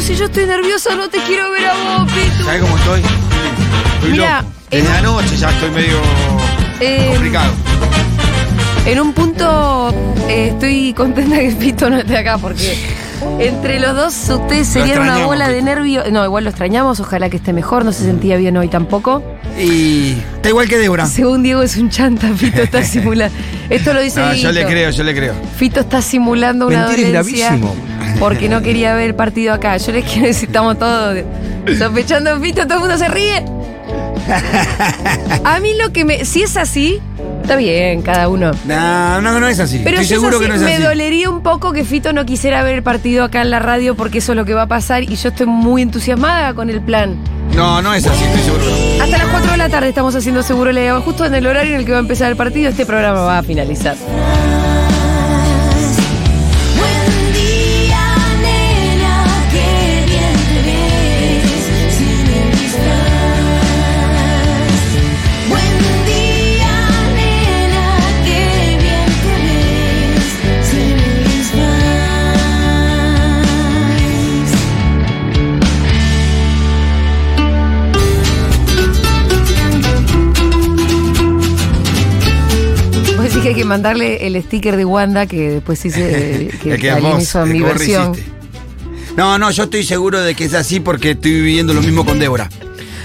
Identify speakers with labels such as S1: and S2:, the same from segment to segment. S1: si yo estoy nerviosa, no te quiero ver a vos, Pitu.
S2: ¿Sabes cómo estoy? Estoy
S1: Mirá,
S2: loco. Desde
S1: en-
S2: anoche ya estoy medio
S1: Eh,
S2: complicado.
S1: En un punto eh, estoy contenta que Pito no esté acá porque entre los dos ustedes serían una
S2: extrañamos,
S1: bola de
S2: Pito.
S1: nervio. No, igual lo extrañamos, ojalá que esté mejor, no se sentía bien hoy tampoco.
S2: Y está igual que Débora.
S1: Según Diego es un chanta, Pito está simulando. Esto lo dice
S2: No, yo le
S1: Dieguito.
S2: creo, yo le creo.
S1: Fito está simulando una
S3: Mentir es
S1: dolencia
S3: gravísimo.
S1: porque no quería ver el partido acá. Yo les quiero decir, estamos todos sospechando de Fito, todo el mundo se ríe. A mí lo que me... Si es así, está bien, cada uno.
S2: No, no, no es así.
S1: Pero
S2: estoy
S1: si es
S2: seguro
S1: así,
S2: que no es
S1: me
S2: así.
S1: dolería un poco que Fito no quisiera ver el partido acá en la radio porque eso es lo que va a pasar y yo estoy muy entusiasmada con el plan.
S2: No, no es así, estoy seguro que no.
S1: Hasta las 4 de la tarde estamos haciendo Seguro Le Damos, justo en el horario en el que va a empezar el partido, este programa va a finalizar.
S4: Buen día, nena, qué bien te ves sin el disfraz. Buen día, nena, qué bien te ves sin el disfraz.
S1: Pues sí que hay que mandarle el sticker de Wanda que después hice que,
S2: El que
S1: alguien
S2: vos-
S1: hizo
S2: el
S1: mi
S2: que vos
S1: versión.
S2: rehiciste. No, no, yo estoy seguro de que es así porque estoy viviendo lo mismo con Débora.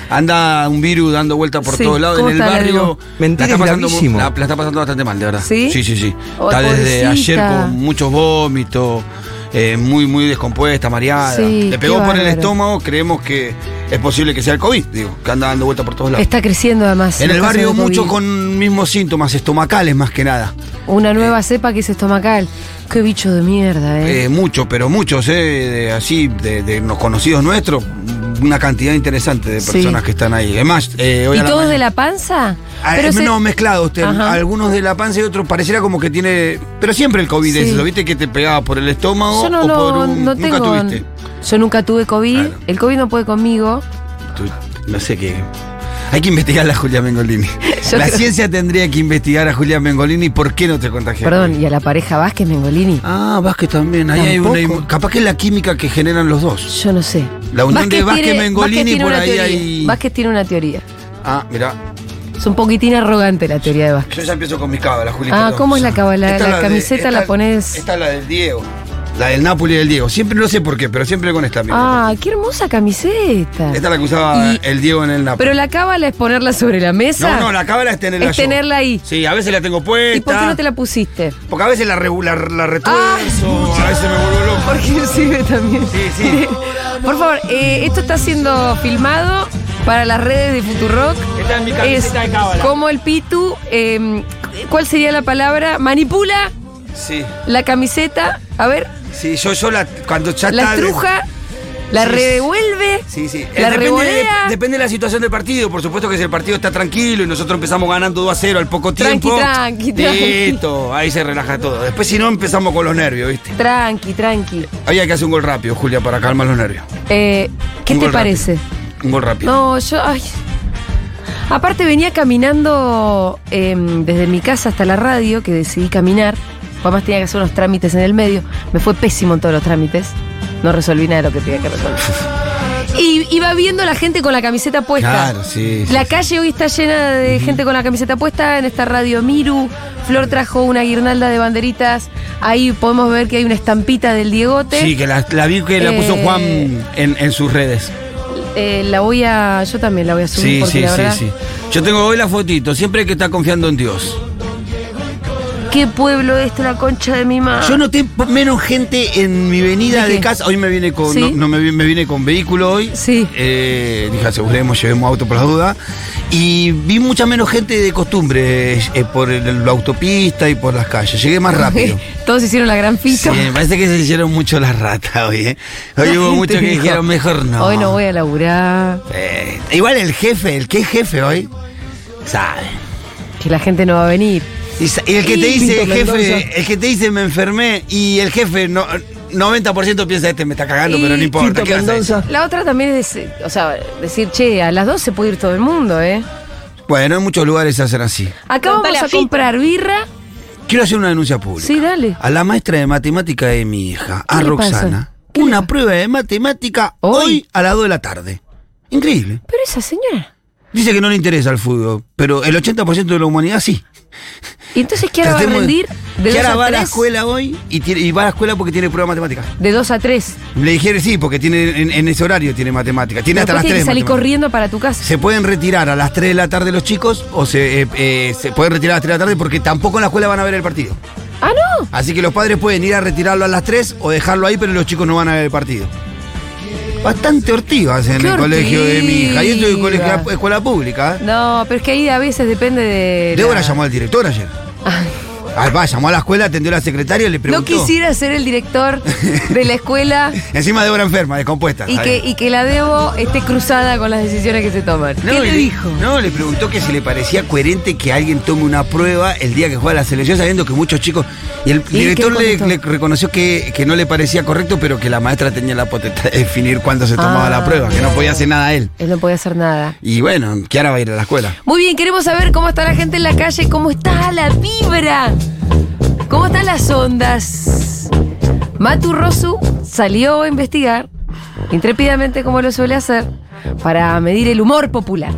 S2: Anda un virus dando vueltas por
S1: Sí,
S2: todos lados en
S1: ¿cómo
S2: el
S1: está,
S2: barrio.
S1: Leo?
S3: Mentira,
S2: la, está
S3: es
S2: pasando,
S3: gravísimo.
S2: la- la está pasando bastante mal, de verdad.
S1: ¿Sí?
S2: Sí, sí, sí.
S1: Oh,
S2: está desde
S1: pobrecita.
S2: ayer con muchos vómitos, eh, muy, muy descompuesta, mareada.
S1: Sí,
S2: Le pegó
S1: qué
S2: por el
S1: bárbaro.
S2: estómago, creemos que es posible que sea el COVID, digo, que anda dando vueltas por todos lados.
S1: Está creciendo además.
S2: en
S1: los
S2: el
S1: casos
S2: barrio
S1: de COVID.
S2: mucho con mismos síntomas estomacales más que nada.
S1: Una nueva cepa que es estomacal. Qué bicho de mierda, eh.
S2: Eh, muchos, pero muchos, eh, de- así, de, de los conocidos nuestros, una cantidad interesante de
S1: Sí.
S2: personas que están ahí. Además, eh, hoy
S1: ¿Y
S2: a la
S1: todos
S2: mañana-
S1: de la panza?
S2: Ah,
S1: Pero
S2: eh,
S1: se-
S2: No, mezclados, te-
S1: Ajá.
S2: algunos de la panza y otros pareciera como que tiene. Pero siempre el COVID
S1: Sí.
S2: es eso, ¿viste? Que te pegaba por el estómago
S1: yo no,
S2: o
S1: lo-
S2: por un.
S1: no
S2: nunca
S1: tengo.
S2: tuviste.
S1: Yo nunca tuve COVID.
S2: Claro.
S1: El COVID no puede conmigo.
S2: Tu- no sé qué. Hay que investigar a Julia Mengolini.
S1: Yo
S2: la
S1: creo-
S2: ciencia tendría que investigar a Julia Mengolini por qué no te contagiaste.
S1: Perdón, y a la pareja Vázquez Mengolini.
S2: Ah, Vázquez también. Ahí hay una,
S1: Tampoco.
S2: capaz que es la química que generan los dos.
S1: Yo no sé.
S2: La unión de Vázquez
S1: tiene-
S2: Mengolini,
S1: tiene
S2: por
S1: una
S2: ahí
S1: teoría.
S2: hay-
S1: Vázquez tiene una teoría.
S2: Ah, mirá.
S1: Es un poquitín arrogante la teoría de Vázquez.
S2: Yo ya empiezo con mis cábalas, Juli.
S1: Ah,
S2: perdón.
S1: ¿cómo es la cábala?
S2: Esta
S1: La
S2: de-
S1: camiseta la pones-
S2: Esta es la del Diego. La del Napoli y del Diego. Siempre no sé por qué, pero siempre con esta misma.
S1: Ah, qué hermosa camiseta.
S2: Esta es la que usaba
S1: Y-
S2: el Diego en el Napoli.
S1: Pero la cábala es ponerla sobre la mesa.
S2: no, Ah, pues. no, la cábala es tenerla
S1: Es
S2: yo.
S1: tenerla ahí.
S2: Sí, a veces la tengo puesta.
S1: ¿Y por qué no te la pusiste?
S2: Porque a veces la, regular, la retuerzo,
S1: Ah.
S2: a veces me vuelvo loco.
S1: Porque sirve también.
S2: Sí, sí.
S1: Por favor, eh, esto está siendo filmado para las redes de Futurock.
S2: Esta es mi camiseta de cábala.
S1: Como el Pitu, eh, ¿cuál sería la palabra? Manipula
S2: Sí,
S1: la camiseta. A ver,
S2: sí, yo, yo la, cuando ya
S1: la
S2: está-
S1: estruja, la
S2: Sí, sí.
S1: revuelve,
S2: Sí, sí. Eh,
S1: la
S2: depende, de,
S1: revolea.
S2: depende de la situación del partido. Por supuesto que si el partido está tranquilo y nosotros empezamos ganando 2 a 0 al poco
S1: Tranqui,
S2: tiempo.
S1: tranqui, tranqui.
S2: Listo, ahí se relaja todo. Después, si no, empezamos con los nervios, ¿viste?
S1: Tranqui, tranqui.
S2: Ahí hay que hacer un gol rápido, Julia, para calmar los nervios.
S1: Eh, ¿Qué
S2: Un
S1: te
S2: gol rápido.
S1: parece?
S2: Un gol rápido.
S1: No, yo. ay. Aparte, venía caminando em, desde mi casa hasta la radio, que decidí caminar. Además, tenía que hacer unos trámites en el medio. Me fue pésimo en todos los trámites. No resolví nada de lo que tenía que resolver. Y iba viendo la gente con la camiseta puesta.
S2: Claro, sí, sí,
S1: La
S2: sí.
S1: calle hoy está llena de gente con la camiseta puesta. En esta radio Miru, Flor trajo una guirnalda de banderitas. Ahí podemos ver que hay una estampita del Diegote.
S2: Sí, que la, la vi que la puso
S1: Eh,
S2: Juan en, en sus redes.
S1: Eh, la voy a. Yo también la voy a subir.
S2: Sí,
S1: porque
S2: sí,
S1: la
S2: sí,
S1: verdad,
S2: sí. Yo tengo hoy la fotito, siempre hay que está confiando en Dios.
S1: ¿Qué pueblo es la concha de mi madre?
S2: Yo noté menos gente en mi venida
S1: Ah. ¿De
S2: de
S1: qué?
S2: casa. Hoy me viene con.
S1: Sí.
S2: No, no me, vi- me vine con vehículo hoy.
S1: Sí.
S2: Eh, dije, aseguremos, llevemos auto por la duda. Y vi mucha menos gente de costumbre eh, por el- la autopista y por las calles. Llegué más rápido.
S1: Todos hicieron la gran
S2: Sí,
S1: fita.
S2: me parece que se hicieron mucho las ratas hoy, ¿eh? Hoy hubo muchos que
S1: Dijo,
S2: dijeron mejor no.
S1: Hoy no voy a laburar.
S2: Eh, igual el jefe, el que es jefe hoy, sabe.
S1: Que la gente no va a venir.
S2: Y sa- y el que
S1: Y
S2: te dice,
S1: Pinto Mendoza.
S2: jefe, el que te dice me enfermé y el jefe no, 90% piensa este me está cagando,
S1: Y
S2: pero no importa.
S3: Tito
S2: ¿qué vas a
S3: Mendoza.
S1: La otra también es, eh, o sea, decir, che, a las 2 se puede ir todo el mundo, ¿eh?
S2: hacer? Bueno, en muchos lugares se hacen así.
S1: Acá
S5: Contale
S1: vamos
S5: a
S1: a
S5: Fito.
S1: comprar birra.
S2: Quiero hacer una denuncia pública.
S1: Sí, dale.
S2: A la maestra de matemática de mi hija, a
S1: ¿Qué le
S2: Roxana,
S1: ¿Qué
S2: una
S1: le-
S2: prueba de matemática
S1: ¿Hoy?
S2: hoy, a las 2 de la tarde. Increíble.
S1: Pero esa señora.
S2: Dice que no le interesa el fútbol, pero el 80% de la humanidad sí.
S1: ¿Y entonces qué ahora va a
S2: Tratemos de-
S1: rendir? De
S2: que
S1: 2
S2: ahora va
S1: a
S2: a la
S1: 3.
S2: escuela hoy y, tiene- y va a la escuela porque tiene prueba de matemática.
S1: De 2 a 3.
S2: Le dijeron sí, porque tiene en, en ese horario tiene matemática. Tiene hasta las
S1: Tienes que
S2: 3.
S1: salir
S2: matemática.
S1: corriendo para tu casa.
S2: Se pueden retirar a las 3 de la tarde los chicos o se, eh, eh, se pueden retirar a las 3 de la tarde porque tampoco en la escuela van a ver el partido.
S1: ¡Ah, no!
S2: Así que los padres pueden ir a retirarlo a las 3 o dejarlo ahí, pero los chicos no van a ver el partido. Bastante ortivas en
S1: ¡Qué
S2: el colegio de mi hija. Y esto es colegio-
S1: hortivas!
S2: escuela pública. ¿eh?
S1: No, pero es que ahí a veces depende de. la-
S2: Débora llamó al director ayer. Ah, va, llamó a la escuela, atendió a la secretaria y le
S1: No
S2: preguntó.
S1: quisiera ser el director de la escuela
S2: Encima Débora enferma, descompuesta.
S1: y que,
S2: ¿sabes?
S1: y que la debo esté cruzada con las decisiones que se toman. ¿Qué
S2: y
S1: le dijo?
S2: No, le preguntó que si le parecía coherente que alguien tome una prueba el día que juega la selección, sabiendo que muchos chicos. Y el
S1: ¿Y
S2: director
S1: qué
S2: le,
S1: contestó?
S2: le reconoció que, que no le parecía correcto, pero que la maestra tenía la potestad de definir cuándo se tomaba
S1: Ah.
S2: la prueba, que no podía hacer nada él.
S1: Él no podía hacer nada.
S2: Y bueno, Kiara va a ir a la escuela.
S1: Muy bien, queremos saber cómo está la gente en la calle, cómo está la vibra, cómo están las ondas. Matu Rosu salió a investigar, intrépidamente como lo suele hacer, para medir el humor popular.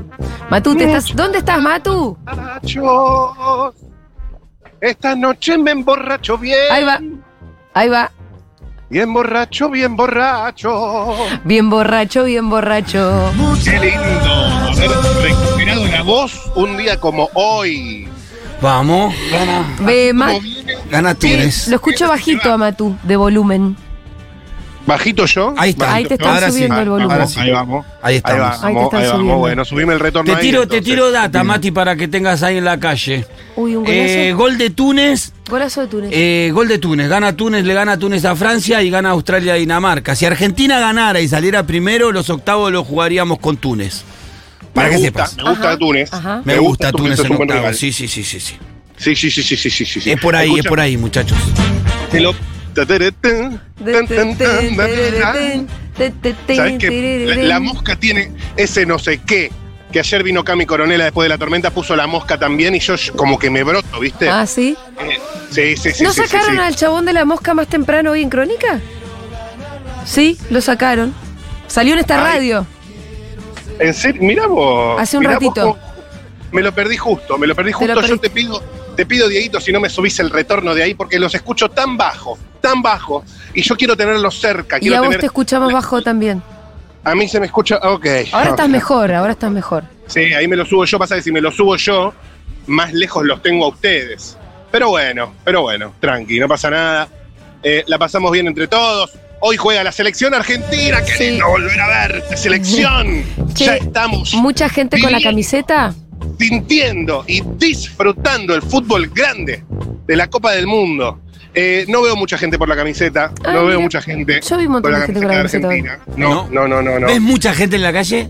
S1: Matu, ¿te estás, ¿dónde estás, Matu?
S3: Borrachos. Esta noche me emborracho bien.
S1: Ahí va, ahí va.
S3: Bien borracho, bien borracho.
S1: Bien borracho, bien borracho.
S3: Qué lindo haber recuperado la voz un día como hoy.
S2: Vamos, gana,
S1: Ve, Ma-
S3: Como viene-
S2: gana Túnez.
S1: lo escucho bajito a Matu, de volumen.
S3: Bajito yo.
S2: Ahí está.
S1: Ahí te están
S2: Ahora sí.
S1: subiendo el volumen.
S2: Ahora sí.
S3: Ahí vamos.
S2: Ahí
S3: Ahí
S2: estamos.
S3: vamos.
S1: Ahí te están
S3: ahí
S1: subiendo.
S3: vamos. Bueno, subime el retorno.
S5: Te
S3: ahí,
S5: tiro, te
S3: entonces.
S5: tiro data, Mati, para que tengas ahí en la calle.
S1: Uy, un golazo.
S5: Eh, gol de Túnez,
S1: golazo de Túnez.
S5: eh, gol de Túnez. Gana Túnez, le gana Túnez a Francia y gana Australia a Dinamarca. Si Argentina ganara y saliera primero, los octavos los jugaríamos con Túnez.
S2: Para
S3: me
S2: que
S3: gusta,
S2: sepas.
S3: Me gusta
S1: Ajá,
S3: Túnez.
S1: ajá.
S2: Me gusta Túnez
S3: es
S2: en
S3: un buen
S2: octavo.
S3: rival.
S2: Sí, sí, sí, sí, sí.
S3: Sí, sí, sí, sí, sí, sí, sí, sí.
S2: Es por ahí, es
S3: Escucha,
S2: por ahí, muchachos.
S3: te lo- ta, ta, ta, ta,
S1: Ten, ten, ten,
S3: tan, tan, tan, tan, tan.
S1: ten, ten, ten, ten,
S3: ¿Sabes que
S1: ten,
S3: la,
S1: ten.
S3: la mosca tiene ese no sé qué? Que ayer vino Cami Coronela después de la tormenta, puso la mosca también y yo sh- como que me broto, ¿viste?
S1: Ah, sí.
S3: Eh, sí, sí, sí.
S1: ¿No
S3: sí, sí,
S1: sacaron
S3: sí.
S1: al chabón de la mosca más temprano hoy en Crónica? Sí, lo sacaron. Salió en esta
S3: Ay.
S1: radio.
S3: En serio, mirá vos.
S1: Hace un
S3: mirá vos
S1: ratito.
S3: cómo- me lo perdí justo, me lo perdí
S1: Te
S3: justo.
S1: lo
S3: yo te pido, te pido, Dieguito, si no me subís el retorno de ahí, porque los escucho tan bajo, tan bajo. Y yo quiero tenerlos cerca.
S1: Y
S3: Quiero
S1: a vos
S3: tener-
S1: te escuchamos bajo también.
S3: a mí se me escucha. Ok.
S1: Ahora
S3: ok.
S1: estás mejor, ahora estás mejor.
S3: Sí, ahí me lo subo yo. Pasa que si me lo subo yo, más lejos los tengo a ustedes. Pero bueno, pero bueno, tranqui, no pasa nada. Eh, la pasamos bien entre todos. Hoy juega la selección argentina. Qué
S1: Sí.
S3: lindo volver a verte, selección.
S1: Che,
S3: ya estamos
S1: Mucha gente con la
S3: Bien.
S1: camiseta.
S3: sintiendo y disfrutando el fútbol grande de la Copa del Mundo. Eh, no veo mucha gente por la camiseta.
S1: Ah,
S3: no
S1: mira.
S3: veo mucha gente.
S1: Yo vi un montón
S3: por la
S1: de gente
S3: camiseta
S1: con la
S3: de
S1: camiseta
S3: Argentina. No, no, no, no. no.
S5: ¿Ves mucha gente en la calle?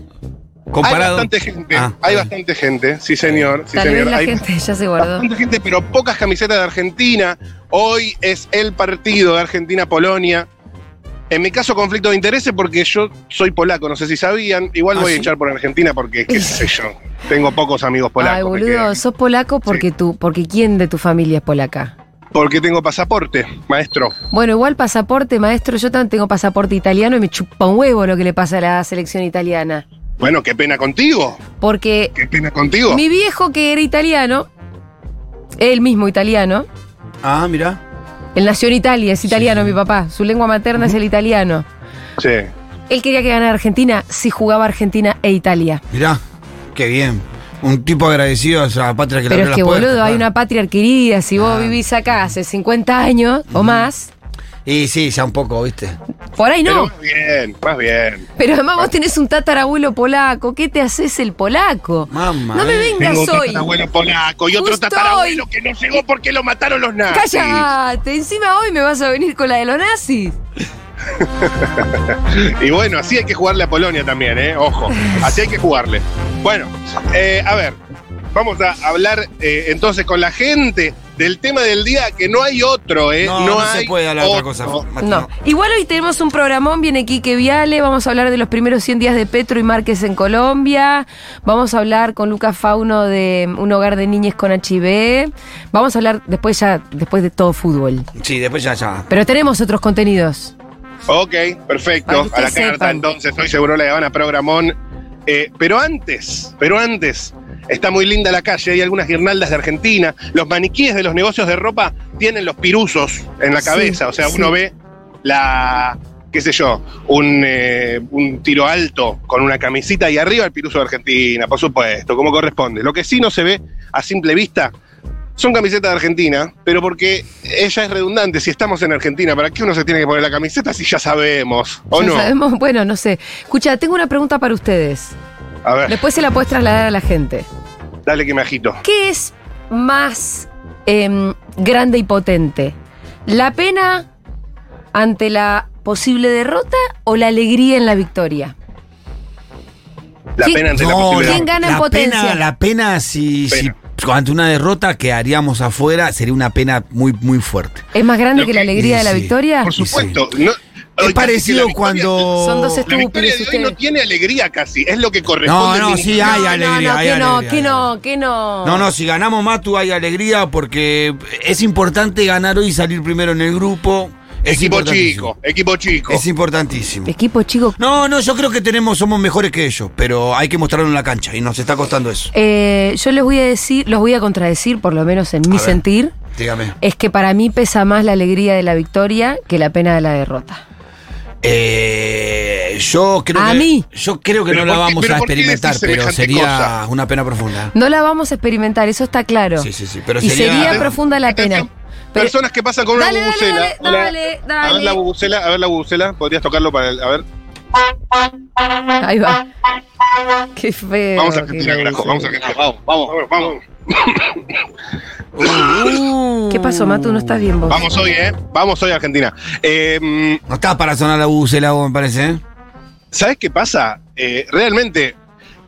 S3: Hay
S5: Comparado.
S3: bastante gente.
S5: Ah,
S3: hay
S5: bien.
S3: bastante gente. Sí, señor. Sí,
S1: Tal
S3: señor.
S1: vez la
S3: Hay-
S1: gente ya se guardó.
S3: Bastante gente, pero pocas camisetas de Argentina. Hoy es el partido de Argentina-Polonia. En mi caso, conflicto de intereses porque yo soy polaco, no sé si sabían. Igual
S5: ¿Ah,
S3: voy a
S5: sí?
S3: echar por Argentina porque, qué sé yo, tengo pocos amigos polacos.
S1: Ay,
S3: me
S1: boludo,
S3: quedan.
S1: sos polaco porque tú, porque quién de tu familia es polaca.
S3: Porque tengo pasaporte, maestro.
S1: Bueno, igual pasaporte, maestro, yo también tengo pasaporte italiano y me chupa un huevo lo que le pasa a la selección italiana.
S3: Bueno, qué pena contigo.
S1: Porque
S3: Qué pena contigo.
S1: Mi viejo que era italiano, él mismo italiano,
S2: Ah, mirá.
S1: él nació en Italia, es italiano mi papá, su lengua materna es el italiano.
S3: Sí.
S1: Él quería que ganara Argentina si jugaba Argentina e Italia.
S2: Mirá. Qué bien. Un tipo agradecido a la patria que le
S1: Pero
S2: abrió
S1: es que,
S2: las puertas,
S1: boludo, hay
S2: claro.
S1: una patria adquirida. Si vos
S2: Ah.
S1: vivís acá hace 50 años o más,
S2: Y sí, ya un poco, ¿viste?
S1: por ahí
S3: Pero
S1: no.
S3: más bien, más bien.
S1: Pero además vos tenés un tatarabuelo polaco. ¿Qué te haces el polaco?
S2: Mamá.
S1: no me
S2: eh.
S1: vengas
S3: Tengo un
S1: hoy.
S3: tatarabuelo polaco y otro
S1: Justo
S3: tatarabuelo
S1: hoy.
S3: que no llegó porque lo mataron los nazis.
S1: Cállate. Encima hoy me vas a venir con la de los nazis.
S3: Y bueno, así hay que jugarle a Polonia también, ¿eh? Ojo, así hay que jugarle. Bueno, eh, a ver, vamos a hablar eh, entonces con la gente del tema del día, que no hay otro, ¿eh?
S2: No, no se
S3: hay
S2: puede hablar otra cosa.
S3: otro.
S2: Mati,
S1: No. Igual hoy tenemos un programón, viene Quique Viale, vamos a hablar de los primeros 100 días de Petro y Márquez en Colombia, vamos a hablar con Lucas Fauno de un hogar de niñas con HIV, vamos a hablar después ya, después de todo fútbol.
S2: Sí, después ya, ya.
S1: Pero tenemos otros contenidos.
S3: Ok,
S1: Para que
S3: perfecto. A la
S1: ustedes
S3: carta
S1: sepan.
S3: entonces, hoy seguro le van a programón. Eh, pero antes, pero antes, está muy linda la calle, hay algunas guirnaldas de Argentina. Los maniquíes de los negocios de ropa tienen los piruzos en la
S1: Sí,
S3: cabeza. o sea,
S1: sí.
S3: uno ve la, qué sé yo, un, eh, un tiro alto con una camisita y arriba el piruzo de Argentina, por supuesto, como corresponde. Lo que sí no se ve a simple vista son camisetas de Argentina, pero porque ella es redundante. Si estamos en Argentina, ¿para qué uno se tiene que poner la camiseta si ya sabemos? ¿O
S1: Ya
S3: no?
S1: sabemos, bueno, no sé. Escucha, tengo una pregunta para ustedes.
S3: A ver,
S1: Después se la puedes trasladar a la gente.
S3: dale que me agito.
S1: ¿Qué es más em, grande y potente? ¿La pena ante la posible derrota o la alegría en la victoria?
S3: La
S1: ¿Quién-
S3: pena ante la
S2: No,
S3: posibilidad.
S1: ¿Quién gana en
S2: la
S1: potencia?
S2: Pena, la pena, si,
S3: Pena.
S2: si ante una derrota que haríamos afuera, sería una pena muy, muy fuerte.
S1: ¿Es más grande
S3: Lo
S1: que, la
S3: que-
S1: alegría de la
S2: sí,
S1: victoria?
S3: Por
S2: Sí,
S3: supuesto. no-
S2: Es
S3: Hoy casi que la
S2: parecido
S3: victoria-
S2: cuando.
S1: Son dos
S3: La victoria
S1: estúpidos
S3: de hoy no
S1: ustedes.
S3: tiene alegría casi, es lo que
S2: No,
S3: corresponde.
S2: no, sí, ah, hay
S1: no,
S2: alegría.
S1: no,
S2: hay
S1: que no,
S2: alegría,
S1: que
S2: hay
S1: no, que no.
S2: No, no, si ganamos Matu hay alegría porque es importante ganar hoy y salir primero en el grupo. Es
S3: Equipo
S2: importantísimo.
S3: chico, equipo chico.
S2: Es importantísimo.
S1: Equipo chico.
S2: No, no, yo creo que tenemos, somos mejores que ellos, pero hay que mostrarlo en la cancha y nos está costando eso.
S1: Eh, yo les voy a decir, los voy a contradecir, por lo menos en mi
S2: ver.
S1: sentir,
S2: Dígame.
S1: es que para mí pesa más la alegría de la victoria que la pena de la derrota.
S2: Eh, yo creo
S1: A
S2: que,
S1: mí.
S2: Yo creo que
S3: Pero
S2: no la
S3: ¿por qué-
S2: vamos
S3: pero
S2: a
S3: por qué
S2: experimentar,
S3: decís
S2: pero
S3: semejante
S2: sería
S3: cosa?
S2: una pena profunda.
S1: No la vamos a experimentar, eso está claro.
S2: Sí, sí, sí, pero
S1: y sería,
S2: sería-
S1: profunda la pena.
S3: Atención,
S1: Pero-
S3: Personas que pasan con
S1: Dale,
S3: una
S1: dale,
S3: bubucela.
S1: dale,
S3: Hola.
S1: dale,
S3: A ver
S1: dale.
S3: la bubucela, a ver la bubucela. Podrías tocarlo para el. A ver.
S1: Ahí va. Qué feo.
S3: Vamos a
S1: que
S3: Argentina,
S1: lo
S3: carajo.
S1: hice.
S3: Vamos a Argentina. Vamos, vamos, vamos.
S1: ¿Qué pasó, Matu? No estás bien vos.
S3: Vamos hoy, ¿eh? Vamos hoy, a Argentina. Eh,
S2: No está para sonar la bucela, me parece. ¿eh?
S3: ¿Sabes qué pasa? Eh, realmente,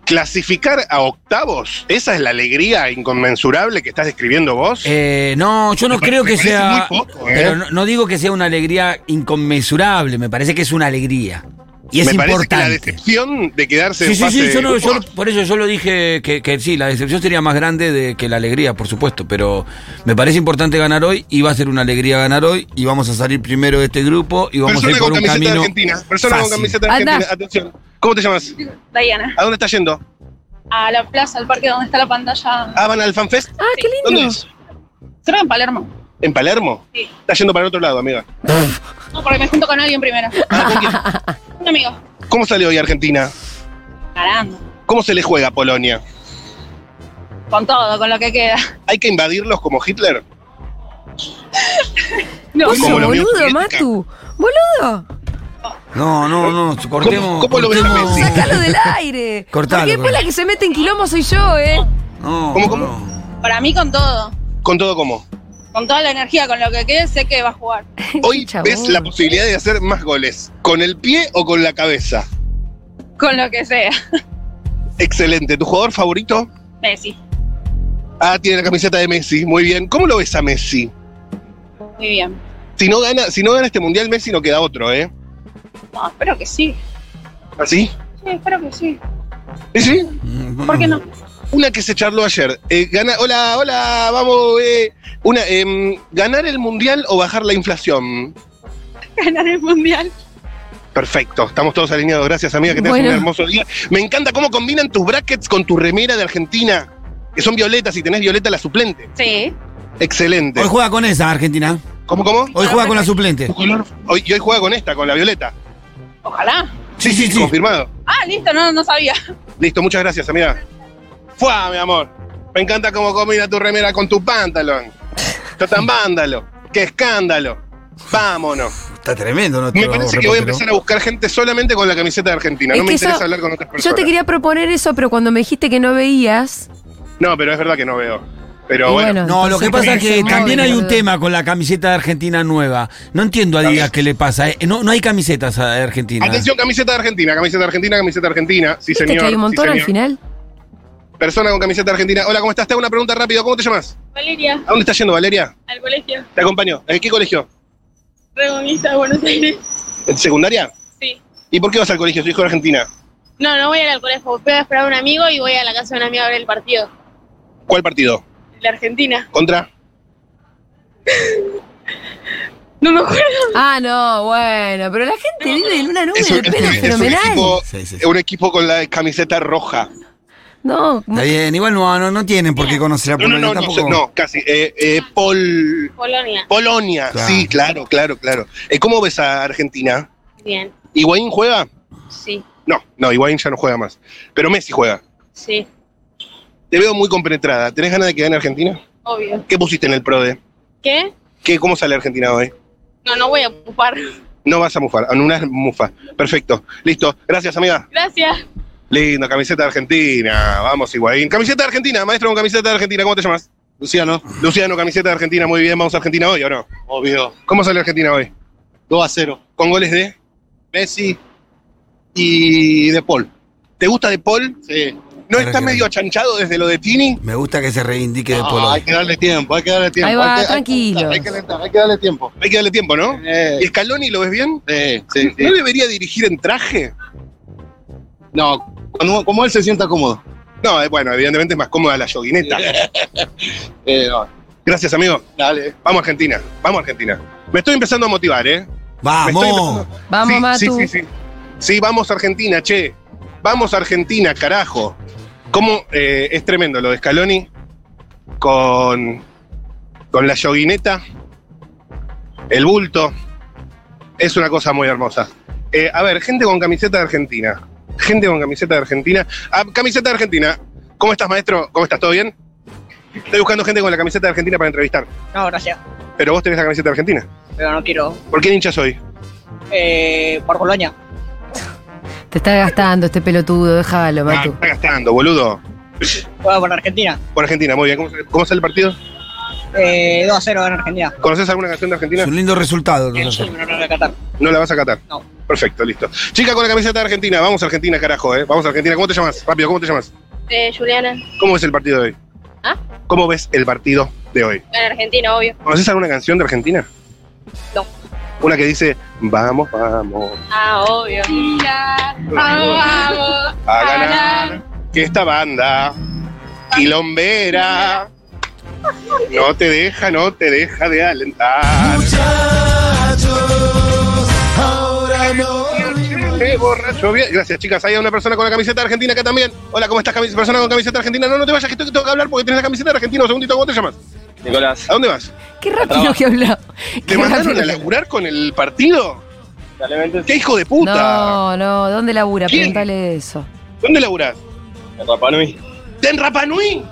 S3: clasificar a octavos, esa es la alegría inconmensurable que estás describiendo vos.
S2: Eh, no, yo no
S3: Me
S2: creo que
S3: parece
S2: sea.
S3: muy poco, ¿eh?
S2: Pero no, no digo que sea una alegría inconmensurable, me parece que es una alegría. Y es
S3: Me parece que la
S2: importante.
S3: decepción de quedarse
S2: Sí,
S3: en
S2: sí,
S3: fase
S2: sí, yo, no-
S3: de
S2: yo-
S3: grupos,
S2: por eso yo lo dije que, que sí, la decepción sería más grande de, que la alegría, por supuesto, pero me parece importante ganar hoy y va a ser una alegría ganar hoy y vamos a salir primero de este grupo y vamos a
S3: Persona
S2: ir por
S3: con
S2: un
S3: camiseta de
S2: camino
S3: Argentina. Persona
S2: fácil.
S3: con camiseta de Argentina.
S1: Andá.
S3: Atención. ¿Cómo te llamas?
S6: Diana,
S3: ¿A dónde estás yendo?
S6: a la plaza, al parque donde está la pantalla.
S3: ¿Ah, van al fanfest?
S1: Ah, qué lindo.
S3: ¿Dónde es?
S6: Creo en Palermo.
S3: ¿En Palermo?
S6: Sí.
S3: Estás yendo para el otro lado, amiga.
S6: No, porque me junto con alguien primero.
S3: Ah, ¿con quién?
S6: Un amigo.
S3: ¿Cómo sale hoy Argentina?
S6: Ganando.
S3: ¿Cómo se le juega a Polonia?
S6: Con todo, con lo que queda.
S3: ¿Hay que invadirlos como Hitler?
S6: No,
S1: Eso,
S3: ¿Cómo lo vio
S1: boludo,
S3: Soviética?
S1: Matu. Boludo.
S2: No, no, no, cortemos.
S3: cómo lo ves a
S2: cortemos-
S3: Messi?
S1: Sácalo del aire.
S2: Cortalo,
S1: Porque después
S2: cortalo.
S1: la que se mete en quilombo soy yo, ¿eh?
S2: No,
S3: ¿Cómo, cómo?
S2: no.
S6: para mí con todo.
S3: ¿Con todo cómo?
S6: Con toda la energía, con lo que quede, sé que va a jugar.
S3: Hoy
S1: Chabón.
S3: ves la posibilidad de hacer más goles. ¿Con el pie o con la cabeza?
S6: Con lo que sea.
S3: Excelente. ¿Tu jugador favorito?
S6: Messi.
S3: Ah, tiene la camiseta de Messi. Muy bien. ¿Cómo lo ves a Messi?
S6: Muy bien.
S3: Si no gana, si no gana este mundial, Messi no queda otro, ¿eh?
S6: No, espero que sí.
S3: ¿Así?
S6: Sí, espero que sí.
S3: ¿Sí? sí?
S6: ¿Por qué no?
S3: Una que se charló ayer. Eh, gana, hola, hola, vamos. eh. Una, em, ¿Ganar el mundial o bajar la inflación?
S6: Ganar el mundial.
S3: Perfecto, estamos todos alineados. Gracias, amiga, que tengas
S1: Bueno.
S3: un hermoso día. Me encanta cómo combinan tus brackets con tu remera de Argentina, que son violetas y tenés violeta la suplente.
S6: Sí.
S3: Excelente.
S2: Hoy juega con esa Argentina.
S3: ¿Cómo, cómo?
S2: Hoy juega con la suplente.
S3: Tu color- Hoy, y hoy juega con esta, con la violeta.
S6: Ojalá.
S2: Sí, sí, sí.
S3: Confirmado.
S6: Ah, listo, no, no sabía.
S3: Listo, muchas gracias, amiga. Fua, mi amor. Me encanta cómo combina tu remera con tu pantalón. Yo tan vándalo. ¡Qué escándalo! Vámonos.
S2: Está tremendo, ¿no?
S3: Me parece que voy a empezar a buscar gente solamente con la camiseta de Argentina.
S1: Es
S3: No me
S1: que eso-
S3: interesa hablar con otras
S1: Yo
S3: personas.
S1: te quería proponer eso, pero cuando me dijiste que no veías.
S3: No, pero es verdad que no veo. Pero
S1: y
S3: bueno.
S2: No, lo
S1: entonces-
S2: que pasa es que
S1: No,
S2: también hay un
S1: boludo.
S2: tema con la camiseta de Argentina nueva. No entiendo a Díaz qué le pasa. eh. No, no hay camisetas eh, de Argentina.
S3: Atención, camiseta de Argentina, camiseta de Argentina, camiseta de Argentina. Sí,
S1: ¿Viste
S3: señor.
S1: que hay un
S3: sí,
S1: montón al
S3: señor.
S1: final?
S3: Persona con camiseta de Argentina. Hola, ¿cómo estás? Te hago una pregunta rápido. ¿Cómo te llamas?
S6: Valeria,
S3: ¿A dónde estás yendo, Valeria?
S6: al colegio.
S3: Te acompaño. ¿En qué colegio?
S6: Regonista de Buenos Aires.
S3: ¿En secundaria?
S6: Sí.
S3: ¿Y por qué vas al colegio? Soy hijo de Argentina.
S6: No, no voy a ir al colegio. Voy a esperar a un amigo y voy a la casa de una amiga a ver el partido.
S3: ¿Cuál partido?
S6: La Argentina.
S3: ¿Contra?
S6: No me acuerdo.
S1: Ah, no, bueno, pero la gente vive en una nube
S3: Es
S1: de
S3: un, es
S1: pelo
S3: un- es un
S1: fenomenal.
S3: equipo,
S2: Sí, sí, sí.
S3: es un equipo con la camiseta roja.
S1: No,
S2: Está bien, igual no, no, no tienen por qué conocer a
S3: No, no,
S2: Polonia
S3: no, no,
S2: tampoco.
S3: no, casi. Eh, eh, Pol-
S6: Polonia.
S3: Polonia,
S2: Claro.
S3: sí, claro, claro, claro. Eh, ¿Cómo ves a Argentina?
S6: Bien.
S3: ¿Higuaín juega?
S6: Sí.
S3: No, no, Higuaín ya no juega más. Pero Messi juega.
S6: Sí.
S3: Te veo muy compenetrada. ¿Tenés ganas de que gane Argentina?
S6: Obvio.
S3: ¿Qué pusiste en el PRODE?
S6: ¿Qué?
S3: ¿Qué, ¿Cómo sale Argentina hoy?
S6: No, no voy a ocupar.
S3: No vas a mufar, anulas mufa. Perfecto, listo. Gracias, amiga.
S6: Gracias.
S3: Lindo, camiseta de Argentina. Vamos, Higuaín. Camiseta de Argentina, maestro con camiseta de Argentina. ¿Cómo te llamas?
S7: Luciano,
S3: Luciano, camiseta de Argentina. Muy bien, vamos a Argentina hoy, ¿o no?
S7: obvio,
S3: ¿Cómo sale Argentina hoy?
S7: 2 a 0.
S3: Con goles de...
S7: Messi y De Paul.
S3: ¿Te gusta De Paul?
S7: Sí.
S3: ¿No
S2: Claro
S3: está
S2: que
S3: medio
S2: no.
S3: achanchado desde lo de Tini?
S2: Me gusta que se reivindique de
S7: Ah, hay
S2: Polonia.
S7: que darle tiempo, hay que darle tiempo.
S1: Ahí va,
S7: hay que,
S1: tranquilos.
S7: Hay que, alentar, hay que darle tiempo.
S3: Hay que darle tiempo, ¿no?
S7: Eh,
S3: ¿Y Scaloni lo ves bien?
S7: sí, sí, sí.
S3: ¿No debería dirigir en traje?
S7: No, como, como él se sienta cómodo.
S3: No, eh, bueno, evidentemente es más cómoda la yoguineta.
S7: Eh, no,
S3: Gracias, amigo.
S7: dale.
S3: Vamos, Argentina. Vamos, Argentina. Me estoy empezando a motivar, ¿eh? Me estoy
S2: ¡Vamos!
S3: empezando-
S1: vamos,
S3: sí,
S1: Matu.
S3: Sí, sí, sí. Sí, vamos, Argentina, che. Vamos, Argentina, carajo. ¿Cómo eh, es tremendo lo de Scaloni con, con la yoguineta, el bulto? Es una cosa muy hermosa. Eh, a ver, gente con camiseta de Argentina. Gente con camiseta de Argentina. Ah, camiseta de Argentina. ¿Cómo estás, maestro? ¿Cómo estás? ¿Todo bien? Estoy buscando gente con la camiseta de Argentina para entrevistar.
S8: No, gracias.
S3: Pero vos tenés la camiseta de Argentina.
S8: Pero no quiero.
S3: ¿Por qué hincha soy?
S8: Eh, por Colonia.
S1: Te está gastando este pelotudo, déjalo,
S3: Ah,
S1: Matu.
S3: está gastando, boludo.
S8: Juega por Argentina.
S3: Por Argentina, muy bien. ¿Cómo, sale- cómo sale el partido?
S8: Eh, 2 a 0 gana Argentina.
S3: ¿Conoces alguna canción de Argentina?
S2: Es un lindo resultado.
S8: El
S2: entonces.
S8: Jimmy no lo va a catar.
S3: No la vas a catar.
S8: No.
S3: Perfecto, listo. Chica con la camiseta de Argentina, vamos a Argentina, carajo, ¿eh? Vamos a Argentina. ¿Cómo te llamas? Rápido, ¿cómo te llamas?
S6: Eh, Juliana.
S3: ¿Cómo ves el partido de hoy?
S6: ¿Ah?
S3: ¿Cómo ves el partido de hoy?
S6: Gana Argentina, obvio.
S3: ¿Conoces alguna canción de Argentina?
S6: No.
S3: Una que dice, vamos, vamos,
S6: Ah, obvio. Ah, vamos.
S3: a ganar. Que esta banda, quilombera, no te deja, no te deja de alentar. Eh, borracho, bien. Gracias, chicas. Hay una persona con la camiseta argentina acá también. Hola, ¿cómo estás, camis- persona con camiseta argentina? No, no te vayas, que estoy- que tengo que hablar porque tenés la camiseta argentina. Un segundito, ¿cómo te llamas?
S9: Nicolás,
S3: ¿A dónde vas?
S1: Qué rápido que habló.
S3: ¿Te
S1: Qué
S3: mandaron
S1: rápido
S3: a
S1: que-
S3: laburar con el partido?
S9: realmente
S3: ¡Qué hijo de puta!
S1: No, no, ¿dónde labura?
S3: ¿Quién?
S1: Pregúntale eso.
S3: ¿Dónde laburás?
S9: en Rapa Nui.
S3: ¿Te en Rapa Nui?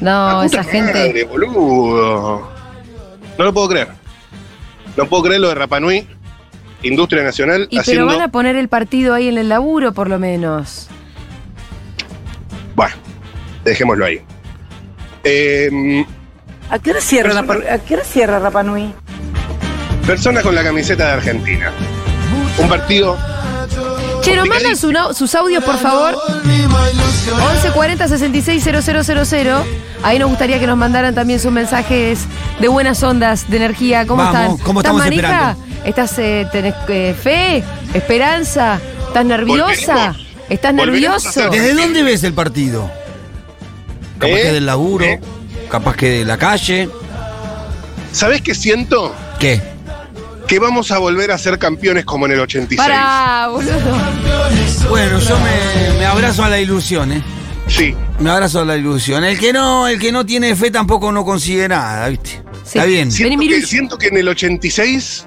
S1: No,
S3: La puta
S1: esa gente.
S3: madre, boludo. No lo puedo creer. No puedo creer lo de Rapa Nui, Industria Nacional,
S1: Y pero
S3: haciendo.
S1: van a poner el partido ahí en el laburo, por lo menos.
S3: Bueno, dejémoslo ahí. Eh,
S10: ¿A qué hora cierra, la,
S3: Persona-
S10: par- ¿a qué hora cierra Rapa Nui?
S3: persona con la camiseta de Argentina. Un partido
S1: Che, nos
S3: Complicadísimo.
S1: mandan su nau- sus audios, por favor. 1140 000. Ahí nos gustaría que nos mandaran también sus mensajes de buenas ondas, de energía. ¿Cómo
S2: Vamos,
S1: están?
S2: ¿cómo estamos
S1: ¿Estás manija?
S2: esperando?
S1: ¿Estás, eh, tenés eh, fe? ¿Esperanza? ¿Estás nerviosa?
S3: Volveremos.
S1: ¿Estás
S3: Volveremos a
S1: nervioso?
S3: hacer-
S2: ¿Desde dónde ves el partido? Capaz
S3: ¿Eh?
S2: que del laburo,
S3: ¿Eh?
S2: capaz que de la calle.
S3: ¿Sabes qué siento?
S2: ¿Qué?
S3: Que vamos a volver a ser campeones como en el 86.
S1: Pará, boludo.
S2: Bueno, yo me, me abrazo a la ilusión, ¿eh?
S3: Sí.
S2: Me abrazo a la ilusión. El que no, el que no tiene fe tampoco no consigue nada, ¿viste?
S1: Sí.
S2: Está bien.
S1: Sí. Vení,
S3: Siento
S1: Miru.
S3: que, siento que en el 86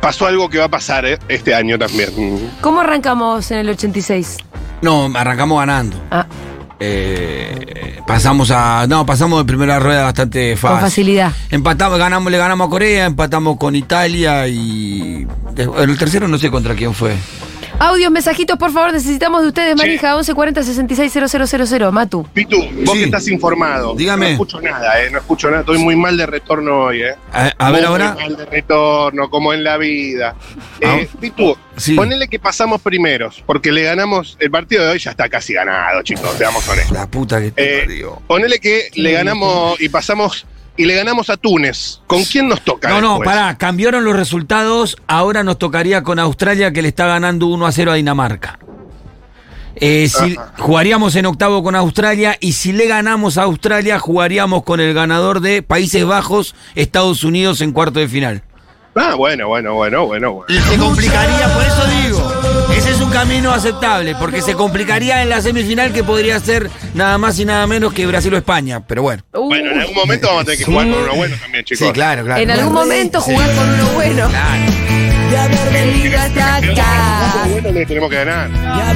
S3: pasó algo que va a pasar eh, este año también.
S1: ¿Cómo arrancamos en el 86?
S2: No, arrancamos ganando.
S1: Ah,
S2: Eh, pasamos a. No, pasamos de primera rueda bastante fácil.
S1: con facilidad.
S2: Empatamos, ganamos, le ganamos a Corea, empatamos con Italia y. En el tercero no sé contra quién fue.
S1: Audios, mensajitos, por favor, necesitamos de ustedes,
S3: Sí.
S1: Marija, 1140 000. Matu.
S3: Pitu, vos
S2: Sí.
S3: que estás informado.
S2: Dígame.
S3: No escucho nada, eh, no escucho nada. Estoy muy mal de retorno hoy, eh.
S2: A, a ver
S3: Muy
S2: ahora. Ah.
S3: mal de retorno, como en la vida. Eh, Pitu,
S2: Sí.
S3: ponele que pasamos primeros, porque le ganamos. El partido de hoy ya está casi ganado, chicos, seamos honestos.
S2: La puta que te
S3: Eh,
S2: parió.
S3: Ponele que le ganamos y pasamos. Y le ganamos a Túnez. ¿Con quién nos toca?
S2: No, no,
S3: después?
S2: pará, cambiaron los resultados. Ahora nos tocaría con Australia que le está ganando 1 a 0 a Dinamarca. Eh, si
S3: Ajá.
S2: jugaríamos en octavo con Australia y si le ganamos a Australia jugaríamos con el ganador de Países Bajos, Estados Unidos en cuarto de final.
S3: Ah, bueno, bueno, bueno, bueno, bueno.
S5: Se complicaría, por eso digo. Ese es un camino aceptable, porque se complicaría en la semifinal que podría ser nada más y nada menos que Brasil o España. Pero bueno.
S1: Uh,
S3: Bueno, en algún momento vamos a tener que jugar con uno bueno también, chicos.
S5: Sí, claro, claro.
S1: en algún
S5: Bueno,
S1: momento jugar con uno bueno.
S5: Claro.
S4: De haber venido hasta
S3: Uno
S4: acá.
S3: bueno le tenemos que ganar. Ah,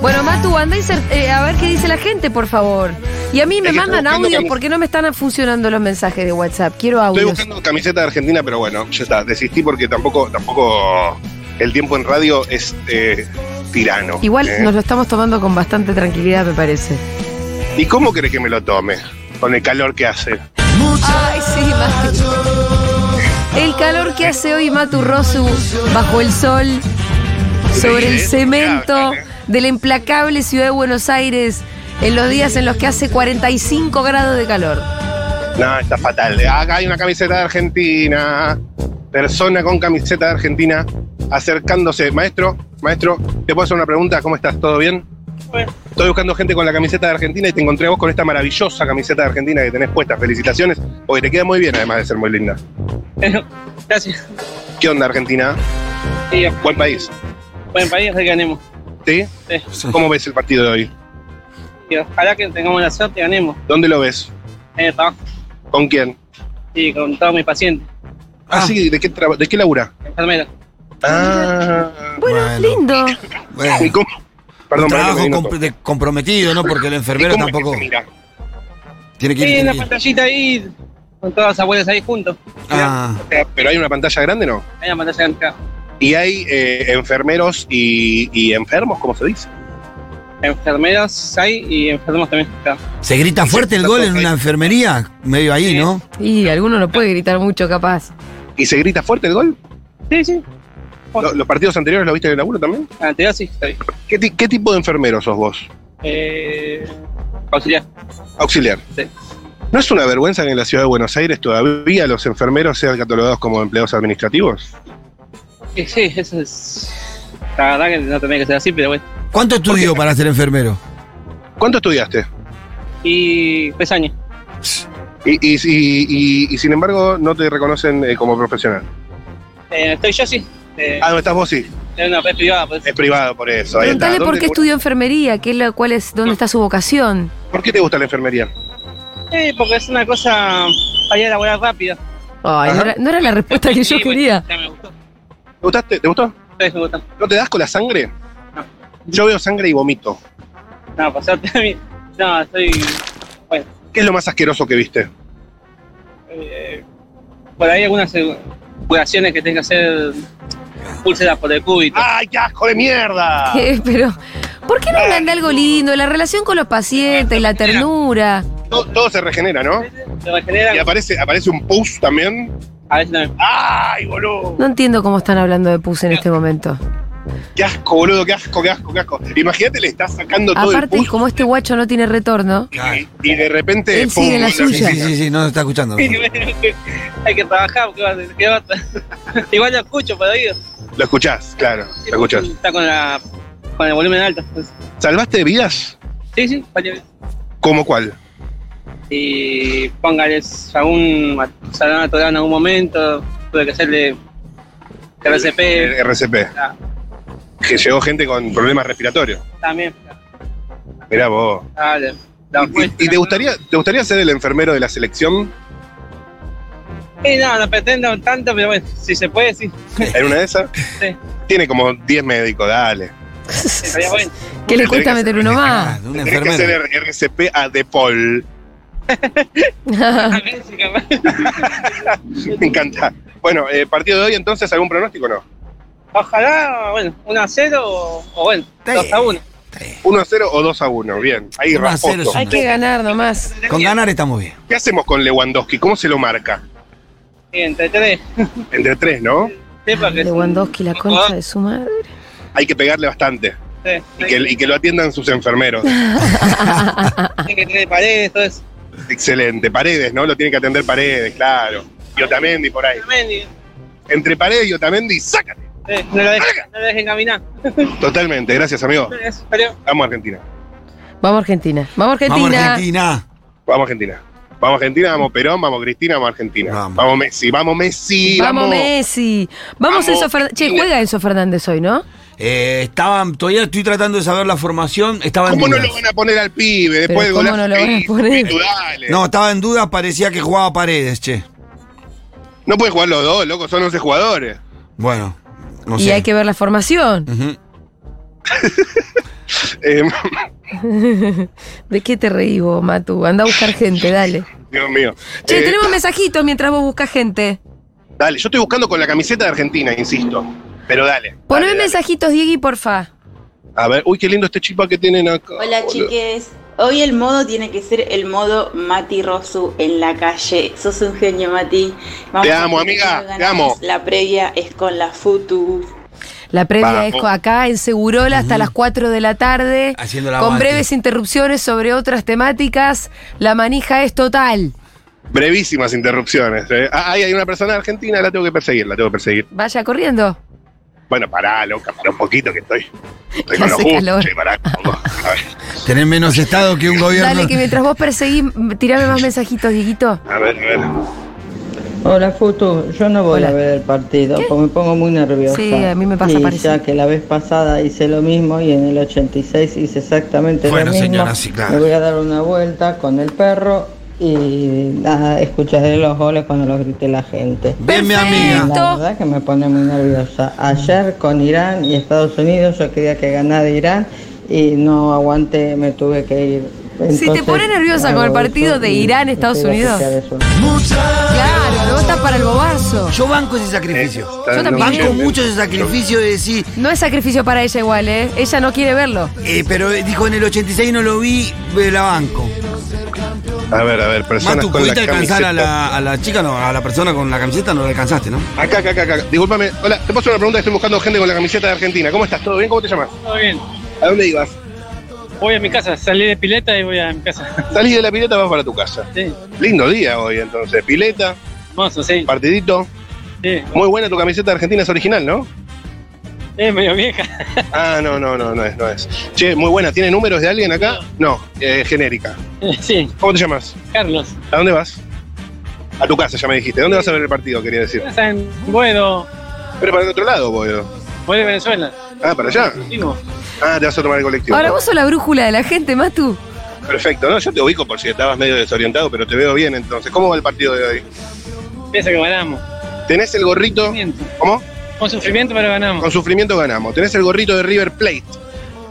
S1: Bueno, Matu, andá y cer- eh, a ver qué dice la gente, por favor. Y a mí me
S3: Es que
S1: mandan
S3: estoy buscando
S1: audios
S3: cami-
S1: porque no me están funcionando los mensajes de WhatsApp. Quiero
S3: Estoy
S1: audios.
S3: buscando camiseta de Argentina, pero bueno, ya está. Desistí porque tampoco, tampoco el tiempo en radio es eh, tirano.
S1: Igual
S3: ¿eh?
S1: nos lo estamos tomando con bastante tranquilidad, me parece.
S3: ¿Y cómo querés que me lo tome? Con el calor que hace.
S1: Ay, sí, Matu. El calor que hace hoy Matu Rosu bajo el sol, sobre el
S3: Sí,
S1: cemento
S3: ya, ya.
S1: de la implacable ciudad de Buenos Aires, en los días en los que hace 45 grados de calor.
S3: No, está fatal. Ah, Acá hay una camiseta de Argentina. Persona con camiseta de Argentina acercándose. Maestro, maestro, ¿te puedo hacer una pregunta? ¿Cómo estás? ¿Todo bien? Estoy buscando gente con la camiseta de Argentina y te encontré a vos con esta maravillosa camiseta de Argentina que tenés puesta. Felicitaciones, porque te queda muy bien además de ser muy linda.
S8: Gracias.
S3: ¿Qué onda Argentina?
S9: Sí,
S3: Buen país.
S9: buen país, ojalá que ganemos.
S3: ¿Sí?
S9: Sí.
S3: ¿Cómo ves el partido de hoy?
S9: Y ojalá que tengamos la suerte y ganemos
S3: ¿Dónde lo ves?
S9: en el trabajo
S3: ¿Con quién?
S9: y con todos mis pacientes,
S3: Ah, sí, ¿de qué, traba- de qué labura?
S9: enfermeros.
S3: Ah,
S1: Bueno,
S5: Bueno.
S1: lindo.
S5: Bueno,
S3: ¿y cómo? Perdón,
S5: un
S3: perdón,
S5: trabajo
S3: me
S5: comp-
S3: vino
S5: de- comprometido, ¿no? Porque el
S3: todo.
S5: enfermero
S3: ¿Y cómo es que
S5: tampoco
S3: se mira?
S5: tiene que
S9: Sí,
S5: ir.
S9: una pantallita ahí, con todas las abuelas ahí juntos.
S5: Ah,
S3: Eh, Pero hay una pantalla grande, ¿no?
S9: Ahí la pantalla grande acá.
S3: Y hay eh, enfermeros y, y enfermos, ¿cómo se dice?
S9: Enfermeros ahí y enfermos también acá.
S5: ¿Se grita fuerte el gol en una enfermería? Medio ahí, ¿no?
S1: Y alguno no puede gritar mucho, capaz.
S3: ¿Y se grita fuerte el gol?
S9: Sí, sí,
S3: ¿Lo- ¿Los partidos anteriores lo viste en el laburo también?
S9: anterior sí, está bien.
S3: ¿Qué, ti- qué tipo de enfermero sos vos?
S9: Eh, auxiliar.
S3: Auxiliar.
S9: Sí.
S3: ¿No es una vergüenza que en la ciudad de Buenos Aires todavía los enfermeros sean catalogados como empleados administrativos?
S9: Sí, sí, eso es. La verdad que no tenía que ser así, pero bueno.
S5: ¿Cuánto estudió para ser enfermero?
S3: ¿Cuánto estudiaste?
S9: Y pues, tres años.
S3: Y, y, y- y- y sin embargo no te reconocen eh, como profesional.
S9: Eh, estoy yo, sí. Eh,
S3: Ah, no, estás vos sí.
S9: en una red privada, pues.
S3: Es privado por eso. ahí está.
S1: Preguntale por
S3: ¿Dónde-
S1: qué estudió enfermería, qué es la- cuál es, dónde está su vocación.
S3: ¿Por qué te gusta la enfermería?
S9: Sí, porque es una cosa para ir a laburar rápido.
S1: Ay, no
S3: Ajá.
S1: era, no era la respuesta que yo
S9: Sí, bueno,
S1: quería.
S9: ya me gustó.
S3: ¿Te gustaste? ¿Te gustó?
S9: Sí, me gustó.
S3: ¿No te das con la sangre?
S9: No.
S3: Yo veo sangre y vomito.
S9: No, pasarte a mí. No, estoy. Bueno.
S3: ¿Qué es lo más asqueroso que viste?
S9: eh, por ahí algunas eh, curaciones que tenga que hacer pulseras por el cúbito.
S3: ¡Ay, qué asco de mierda!
S1: Eh, Pero, ¿por qué no hablan de algo lindo? La relación con los pacientes, la ternura.
S3: Todo, todo se regenera, ¿no?
S9: Se
S3: Y
S9: regeneran.
S3: aparece, aparece un pus también.
S9: A veces también.
S3: ¡Ay, boludo!
S1: No entiendo cómo están hablando de pus en este momento.
S3: ¡Qué asco, boludo! ¡Qué asco, qué asco, qué asco! Imagínate, le estás sacando todo
S1: Aparte,
S3: el pus
S1: como este guacho no tiene retorno,
S3: y, y de repente...
S1: Él sigue la
S5: Sí,
S1: suya.
S5: sí, sí, sí, no se está escuchando.
S9: Hay que trabajar, ¿qué va a hacer? ¿Qué va a hacer? Igual lo escucho por oído.
S3: Lo escuchás, claro, lo escuchás.
S9: Está con, la, con el volumen alto. entonces.
S3: ¿Salvaste vidas?
S9: Sí, sí, vale.
S3: ¿Cómo cuál?
S9: Y póngales algún salón natural en algún momento. Tuve que hacerle
S3: El
S9: RCP
S3: RCP.
S9: ah,
S3: Que llegó gente con problemas respiratorios.
S9: también.
S3: Mirá vos.
S9: Dale. la encuesta.
S3: ¿Y, y te, gustaría, te gustaría ser el enfermero de la selección?
S9: Sí, no, no pretendo tanto, pero bueno, si se puede, sí.
S3: ¿En una de esas?
S9: Sí.
S3: Tiene como 10 médicos, dale.
S9: Estaría bueno.
S1: ¿qué le cuesta meter uno más?
S5: de un
S3: Tenés que hacer
S5: enfermero.
S3: el RCP a De Paul.
S9: También, sí, capaz.
S1: Ah.
S3: Me encanta. Bueno, eh, partido de hoy, entonces, ¿algún pronóstico o no?
S9: Ojalá, bueno, 1 a 0 o, o bueno, 2 a 1.
S3: 1 a 0 o 2 a 1, bien. Ahí
S5: 1 a 0
S3: rasposo.
S5: es
S1: Hay que ganar nomás.
S5: Con ganar estamos bien.
S3: ¿Qué hacemos con Lewandowski? ¿Cómo se lo marca?
S9: Entre 3.
S3: Entre tres, ¿no?
S1: Ah, Lewandowski, la concha de su madre.
S3: Hay que pegarle bastante. Y que, y que lo atiendan sus enfermeros.
S1: Ah.
S9: Tiene que tener paredes, todo eso.
S3: Excelente. Paredes, ¿no? Lo tiene que atender Paredes, claro. Y Otamendi por ahí.
S9: Amén, y-
S3: Entre Paredes y Otamendi, sácate.
S9: eh, No lo dejen, no lo dejen caminar.
S3: Totalmente. Gracias, amigo.
S9: Gracias, Adiós.
S3: Vamos a Argentina.
S1: Vamos Argentina. Vamos
S5: Vamos
S1: Argentina.
S5: Argentina.
S3: Vamos a Argentina. Vamos Argentina, vamos Perón, vamos Cristina, vamos Argentina. Vamos, Messi, vamos Messi,
S1: vamos,
S3: vamos.
S1: Messi. Vamos,
S3: Vamos.
S1: Enzo Fernández. Che, juega Enzo Fernández hoy, ¿no?
S2: Eh, estaban, todavía estoy tratando de saber la formación. Estaba en
S3: ¿Cómo no
S2: dudas.
S3: lo van a poner al pibe
S1: Pero
S3: después del
S1: ¿Cómo
S3: golazo
S1: no lo van
S3: que
S1: a
S3: hizo?
S1: poner?
S3: Pitu, dale.
S2: No, estaba en duda, parecía que jugaba paredes, che.
S3: No puede jugar los dos, loco, son 11 jugadores.
S2: Bueno, no
S1: Y
S2: sé.
S1: hay que ver la formación.
S2: Ujú.
S3: Eh,
S1: ¿De qué te reís vos, Matu? Anda a buscar gente, dale.
S3: Dios mío.
S1: Che,
S3: Eh,
S1: tenemos mensajitos mientras vos buscas gente.
S3: Dale, yo estoy buscando con la camiseta de Argentina, insisto. Pero dale.
S1: Poneme
S3: dale, dale.
S1: mensajitos, Diegui, porfa.
S3: A ver, uy, qué lindo este chipa que tienen acá.
S4: Hola
S3: boludo.
S4: chiques, hoy el modo tiene que ser el modo Mati Rosu en la calle. Sos un genio Mati.
S3: Te
S4: a
S3: amo,
S4: ver si
S3: amiga,
S4: lo
S3: te
S4: ganás.
S3: amo.
S4: La previa es con la Futu.
S1: La previa
S3: Vamos.
S1: es co- acá en Segurola hasta las 4 de la tarde,
S2: Haciendo la
S1: con
S2: mate.
S1: breves interrupciones sobre otras temáticas. La manija es total.
S3: Brevísimas interrupciones. eh. Ah, ahí hay una persona de Argentina, la tengo que perseguir, la tengo que perseguir.
S1: Vaya corriendo.
S3: Bueno, pará, loca, pará un poquito que estoy. Estoy
S1: Que
S3: con los
S1: hace calor.
S3: gustos, che, pará. pongo. A ver,
S2: Tenés menos estado que un gobierno.
S1: Dale, que mientras vos perseguís, m- tirame más mensajitos, Dieguito.
S3: a ver, a ver.
S11: Hola, Futu. Yo no voy
S1: Hola.
S11: a ver el partido porque me pongo muy nerviosa.
S1: Sí, a mí me pasa
S11: Y
S1: parecido.
S11: Ya que la vez pasada hice lo mismo y en el 86 hice exactamente
S2: Bueno,
S11: lo mismo.
S2: señora, sí, claro.
S11: Me voy a dar una vuelta con el perro y nada, escucharé los goles cuando los grite la gente.
S2: Ven, mi amiga.
S11: La verdad que me pone muy nerviosa. Ayer con Irán y Estados Unidos yo quería que ganara Irán y no aguanté, me tuve que ir.
S1: Si te pone nerviosa con el
S11: hago
S1: partido
S11: eso
S1: de
S11: y
S1: Irán, Estados
S11: espero que
S1: Unidos.
S11: sea de suerte.
S1: Claro, vos estás para el bobazo.
S2: Yo banco ese sacrificio.
S3: Están
S1: también.
S3: los
S2: Banco
S3: oyentes.
S2: mucho ese sacrificio de decir,
S1: No es sacrificio para ella igual, ¿eh? Ella no quiere verlo.
S2: eh, pero dijo en el 86 no lo vi, eh, la banco.
S3: A ver, a ver, personas
S2: Matu,
S3: con la
S2: ¿pudiste alcanzar
S3: camiseta.
S2: a la, a la chica, no, a la persona con la camiseta? No la alcanzaste, ¿no?
S3: Acá, acá, acá, acá. Disculpame. Hola, te paso una pregunta. Estoy buscando gente con la camiseta de Argentina. ¿Cómo estás? ¿Todo bien? ¿Cómo te llamas?
S9: Todo bien.
S3: ¿A dónde ibas?
S9: Voy a mi casa, salí de pileta y voy a mi casa.
S3: Salís de la pileta, vas para tu casa.
S9: Sí,
S3: Lindo día hoy, entonces. Pileta,
S9: hermoso, sí.
S3: partidito.
S9: Sí,
S3: Muy buena tu camiseta de Argentina, es original, ¿no?
S9: es medio vieja.
S3: Ah, no, no, no, no es, no es. Che, muy buena. ¿Tiene números de alguien acá? No, eh, genérica.
S9: Sí,
S3: ¿Cómo te llamas?
S9: Carlos.
S3: ¿A dónde vas? A tu casa, ya me dijiste. ¿Dónde vas a ver el partido, quería decir?
S9: Casa en Buedo,
S3: Pero para el otro lado, Boedo.
S9: voy de Venezuela.
S3: Ah, para allá.
S9: Digo,
S3: Ah, te vas a tomar el colectivo.
S1: Ahora vos sos la brújula de la gente, Matu.
S3: Perfecto, no, yo te ubico por si estabas medio desorientado, pero te veo bien entonces. ¿Cómo va el partido de hoy?
S9: piensa que ganamos.
S3: ¿Tenés el gorrito?
S9: Sufrimiento.
S3: ¿Cómo?
S9: Con sufrimiento, pero ganamos.
S3: Con sufrimiento ganamos. ¿Tenés el gorrito de River Plate?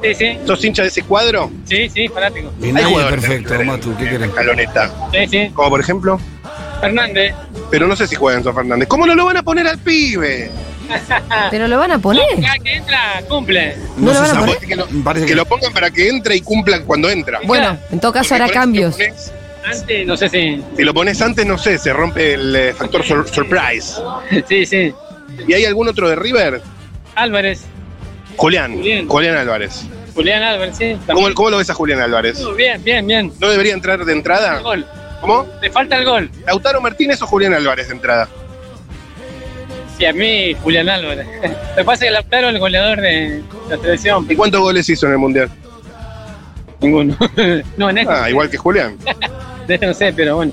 S9: Sí, sí,
S3: ¿Sos hincha de ese cuadro?
S9: sí, sí, fanático.
S2: Y nadie es
S3: jugadores
S2: perfecto,
S3: que-
S2: Matu, ¿qué querés?
S3: Caloneta.
S9: Sí, sí.
S3: Como por ejemplo.
S9: Fernández.
S3: Pero no sé si juega Enzo Fernández. ¿Cómo no lo van a poner al pibe?
S1: ¿Pero lo van a poner?
S9: Cada que entra, cumple.
S1: ¿No lo
S2: se
S1: van a
S2: sabe.
S1: poner?
S3: Que lo,
S2: Me parece
S3: que
S2: que
S3: lo pongan para que entre y cumpla cuando entra.
S1: Bueno, en todo caso hará
S3: Porque con eso
S1: cambios.
S3: lo ponés-
S9: Antes, no sé si.
S3: Si lo pones antes, no sé, se rompe el eh, factor sur- surprise.
S9: Sí, sí.
S3: ¿Y hay algún otro de River?
S9: Álvarez.
S3: Julián.
S9: Julián.
S3: Julián Álvarez.
S9: Julián Álvarez, sí.
S3: ¿Cómo, cómo lo ves a Julián Álvarez?
S9: Bien, bien, bien.
S3: ¿No debería entrar de entrada?
S9: Gol.
S3: ¿Cómo?
S9: Te falta el gol.
S3: ¿Lautaro Martínez o Julián Álvarez de entrada?
S9: Y a mí, Julián Álvarez. Lo que pasa es que Lautaro es el goleador de la selección.
S3: ¿Y cuántos goles hizo en el Mundial?
S9: Ninguno. no, en este,
S3: Ah, igual que Julián.
S9: de este no sé, pero bueno.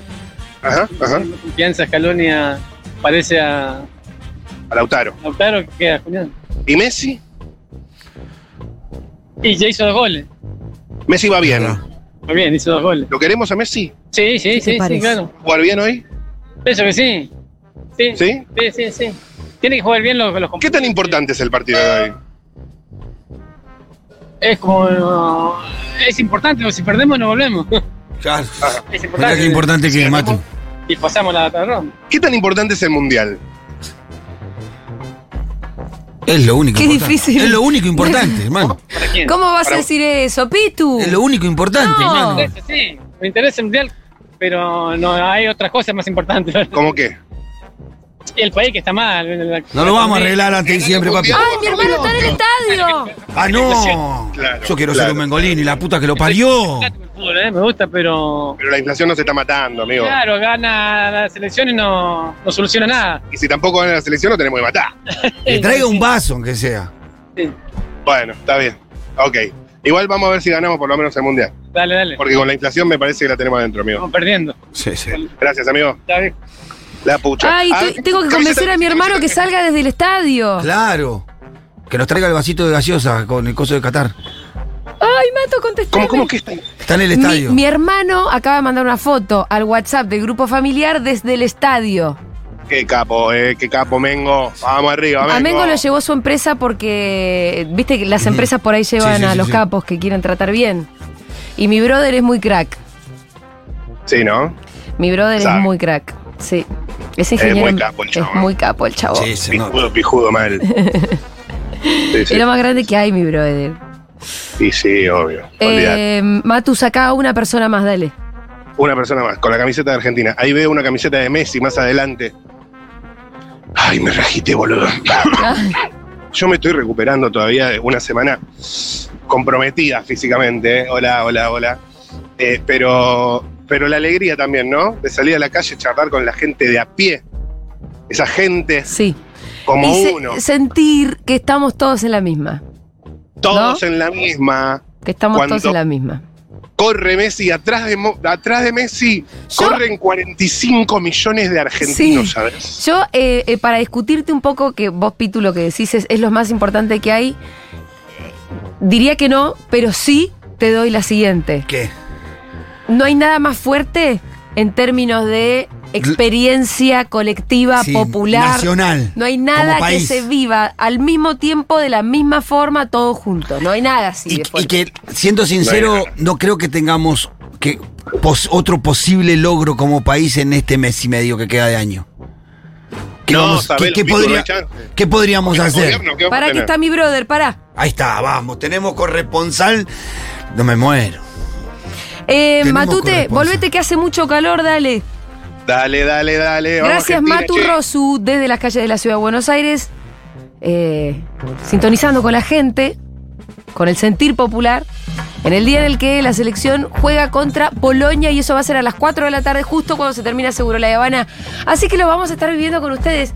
S3: Ajá, ajá.
S9: Confianza, Escalonia, parece a
S3: A Lautaro.
S9: Lautaro que queda Julián.
S3: ¿Y Messi?
S9: Y ya hizo dos goles.
S3: Messi va bien.
S9: Muy bien, hizo dos goles.
S3: ¿Lo queremos a Messi?
S9: Sí, sí,
S1: te
S9: sí, sí,
S1: parece?
S9: claro.
S3: ¿Jugar bien hoy?
S9: Pienso que sí. Sí, sí,
S3: ¿Sí?
S9: sí, sí. Tiene que jugar bien los, los
S3: ¿Qué tan importante es el partido de hoy?
S9: Es como. no, es importante, porque si perdemos, no volvemos.
S2: Claro.
S3: Ah,
S9: Es
S2: Mirá qué
S9: importante.
S2: importante que es, Matu.
S9: Y pasamos la otra ronda.
S3: ¿Qué tan importante es el Mundial?
S2: Es lo único
S1: Qué
S2: importante.
S1: difícil.
S2: Es lo único importante, hermano.
S9: ¿Para quién?
S1: ¿Cómo vas a
S3: Para-
S1: decir eso, Pitu?
S2: Es lo único importante,
S1: No.
S2: hermano.
S9: Sí, sí, me interesa el mundial, pero no hay otras cosas más importantes.
S3: ¿Cómo qué?
S9: Y el país que está mal.
S2: No lo vamos a arreglar antes de diciembre, papi.
S1: ¡Ay, mi hermano está en el estadio!
S2: ¡Ah, no!
S3: Claro,
S2: Yo quiero
S3: claro.
S2: ser un mengolini, la puta que lo parió.
S9: El fútbol, eh, Me gusta, pero.
S3: Pero la inflación nos está matando, amigo.
S9: Claro, gana la selección y no, no soluciona nada.
S3: Y si tampoco gana la selección, lo tenemos que matar.
S2: Que traiga un vaso, aunque sea.
S9: Sí.
S3: Bueno, está bien. Ok. Igual vamos a ver si ganamos por lo menos el mundial.
S9: Dale, dale.
S3: Porque con la inflación me parece que la tenemos adentro, amigo.
S9: Estamos perdiendo.
S2: Sí, sí.
S3: Gracias, amigo. La pucha.
S1: Ay,
S3: Ah,
S1: te- tengo que convencer a mi hermano que salga desde el estadio.
S2: Claro. Que nos traiga el vasito de gaseosa con el coso de Qatar.
S1: Ay, Mato, contesté.
S3: que está?
S2: Está en el
S1: Mi,
S2: estadio.
S1: mi hermano acaba de mandar una foto al WhatsApp del grupo familiar desde el estadio.
S3: Qué capo, eh, qué capo, Mengo. Vamos arriba, Mengo.
S1: A Mengo lo llevó su empresa porque, viste, que las empresas por ahí llevan
S3: Sí, sí,
S1: a
S3: sí,
S1: los
S3: sí.
S1: capos que quieren tratar bien. Y mi brother es muy crack.
S3: Sí, ¿no?
S1: Mi brother
S3: Sabe.
S1: es muy crack. Sí. Es
S3: Es
S1: ingeniero.
S3: muy capo el chabón.
S1: Es muy capo el chabón.
S2: Oh,
S3: pijudo, pijudo mal. Sí,
S1: Es
S3: sí.
S1: lo más grande que hay, mi brother.
S3: Y sí, obvio. Olvidate.
S1: Eh, Matu, saca a una persona más, dale.
S3: Una persona más, con la camiseta de Argentina. Ahí veo una camiseta de Messi más adelante. Ay, me rajité, boludo. Yo me estoy recuperando todavía de una semana comprometida físicamente. ¿eh? Hola, hola, hola. Eh, pero, pero la alegría también, ¿no? De salir a la calle, charlar con la gente de a pie. Esa gente.
S1: Sí.
S3: Como
S1: y se-
S3: uno.
S1: sentir que estamos todos en la misma.
S3: todos en la misma.
S1: Que estamos todos
S3: Cuando-
S1: en la misma.
S3: Corre Messi, atrás de, Mo- atrás de Messi corren 45 millones de argentinos,
S1: Sí.
S3: ¿sabes?
S1: Yo, eh, eh, para discutirte un poco, que vos, Pitu, lo que decís es, es lo más importante que hay, eh, diría que no, pero sí te doy la siguiente.
S2: ¿Qué?
S1: No hay nada más fuerte en términos de experiencia colectiva,
S2: Sí,
S1: popular.
S2: nacional,
S1: No hay nada
S2: como
S1: que
S2: país.
S1: se viva al mismo tiempo, de la misma forma, todos juntos. No hay nada así. de
S2: Y
S1: fuerte.
S2: que, siendo sincero, no creo que tengamos que pos- otro posible logro como país en este mes y medio que queda de año. ¿Qué,
S3: No,
S2: vamos-
S3: sabelo,
S2: qué- qué
S3: Pitu,
S2: podría-
S3: no hay chance.
S2: qué podríamos
S3: Porque
S2: hacer?
S3: gobierno, ¿qué vamos a
S1: Pará que
S3: tener?
S1: está mi brother, pará.
S2: Ahí está, vamos, tenemos corresponsal. No me muero.
S1: Eh,
S2: Tenemos
S1: Matute,
S2: corresponsal.
S1: volvete que hace mucho calor, dale.
S3: Dale, dale, dale. vamos,
S1: Gracias,
S3: Argentina,
S1: Matu
S3: che.
S1: Rosu, desde las calles de la ciudad de Buenos Aires, eh, sintonizando con la gente, con el sentir popular, en el día en el que la selección juega contra Polonia y eso va a ser a las 4 de la tarde, justo cuando se termina Seguro La Habana. Así que lo vamos a estar viviendo con ustedes.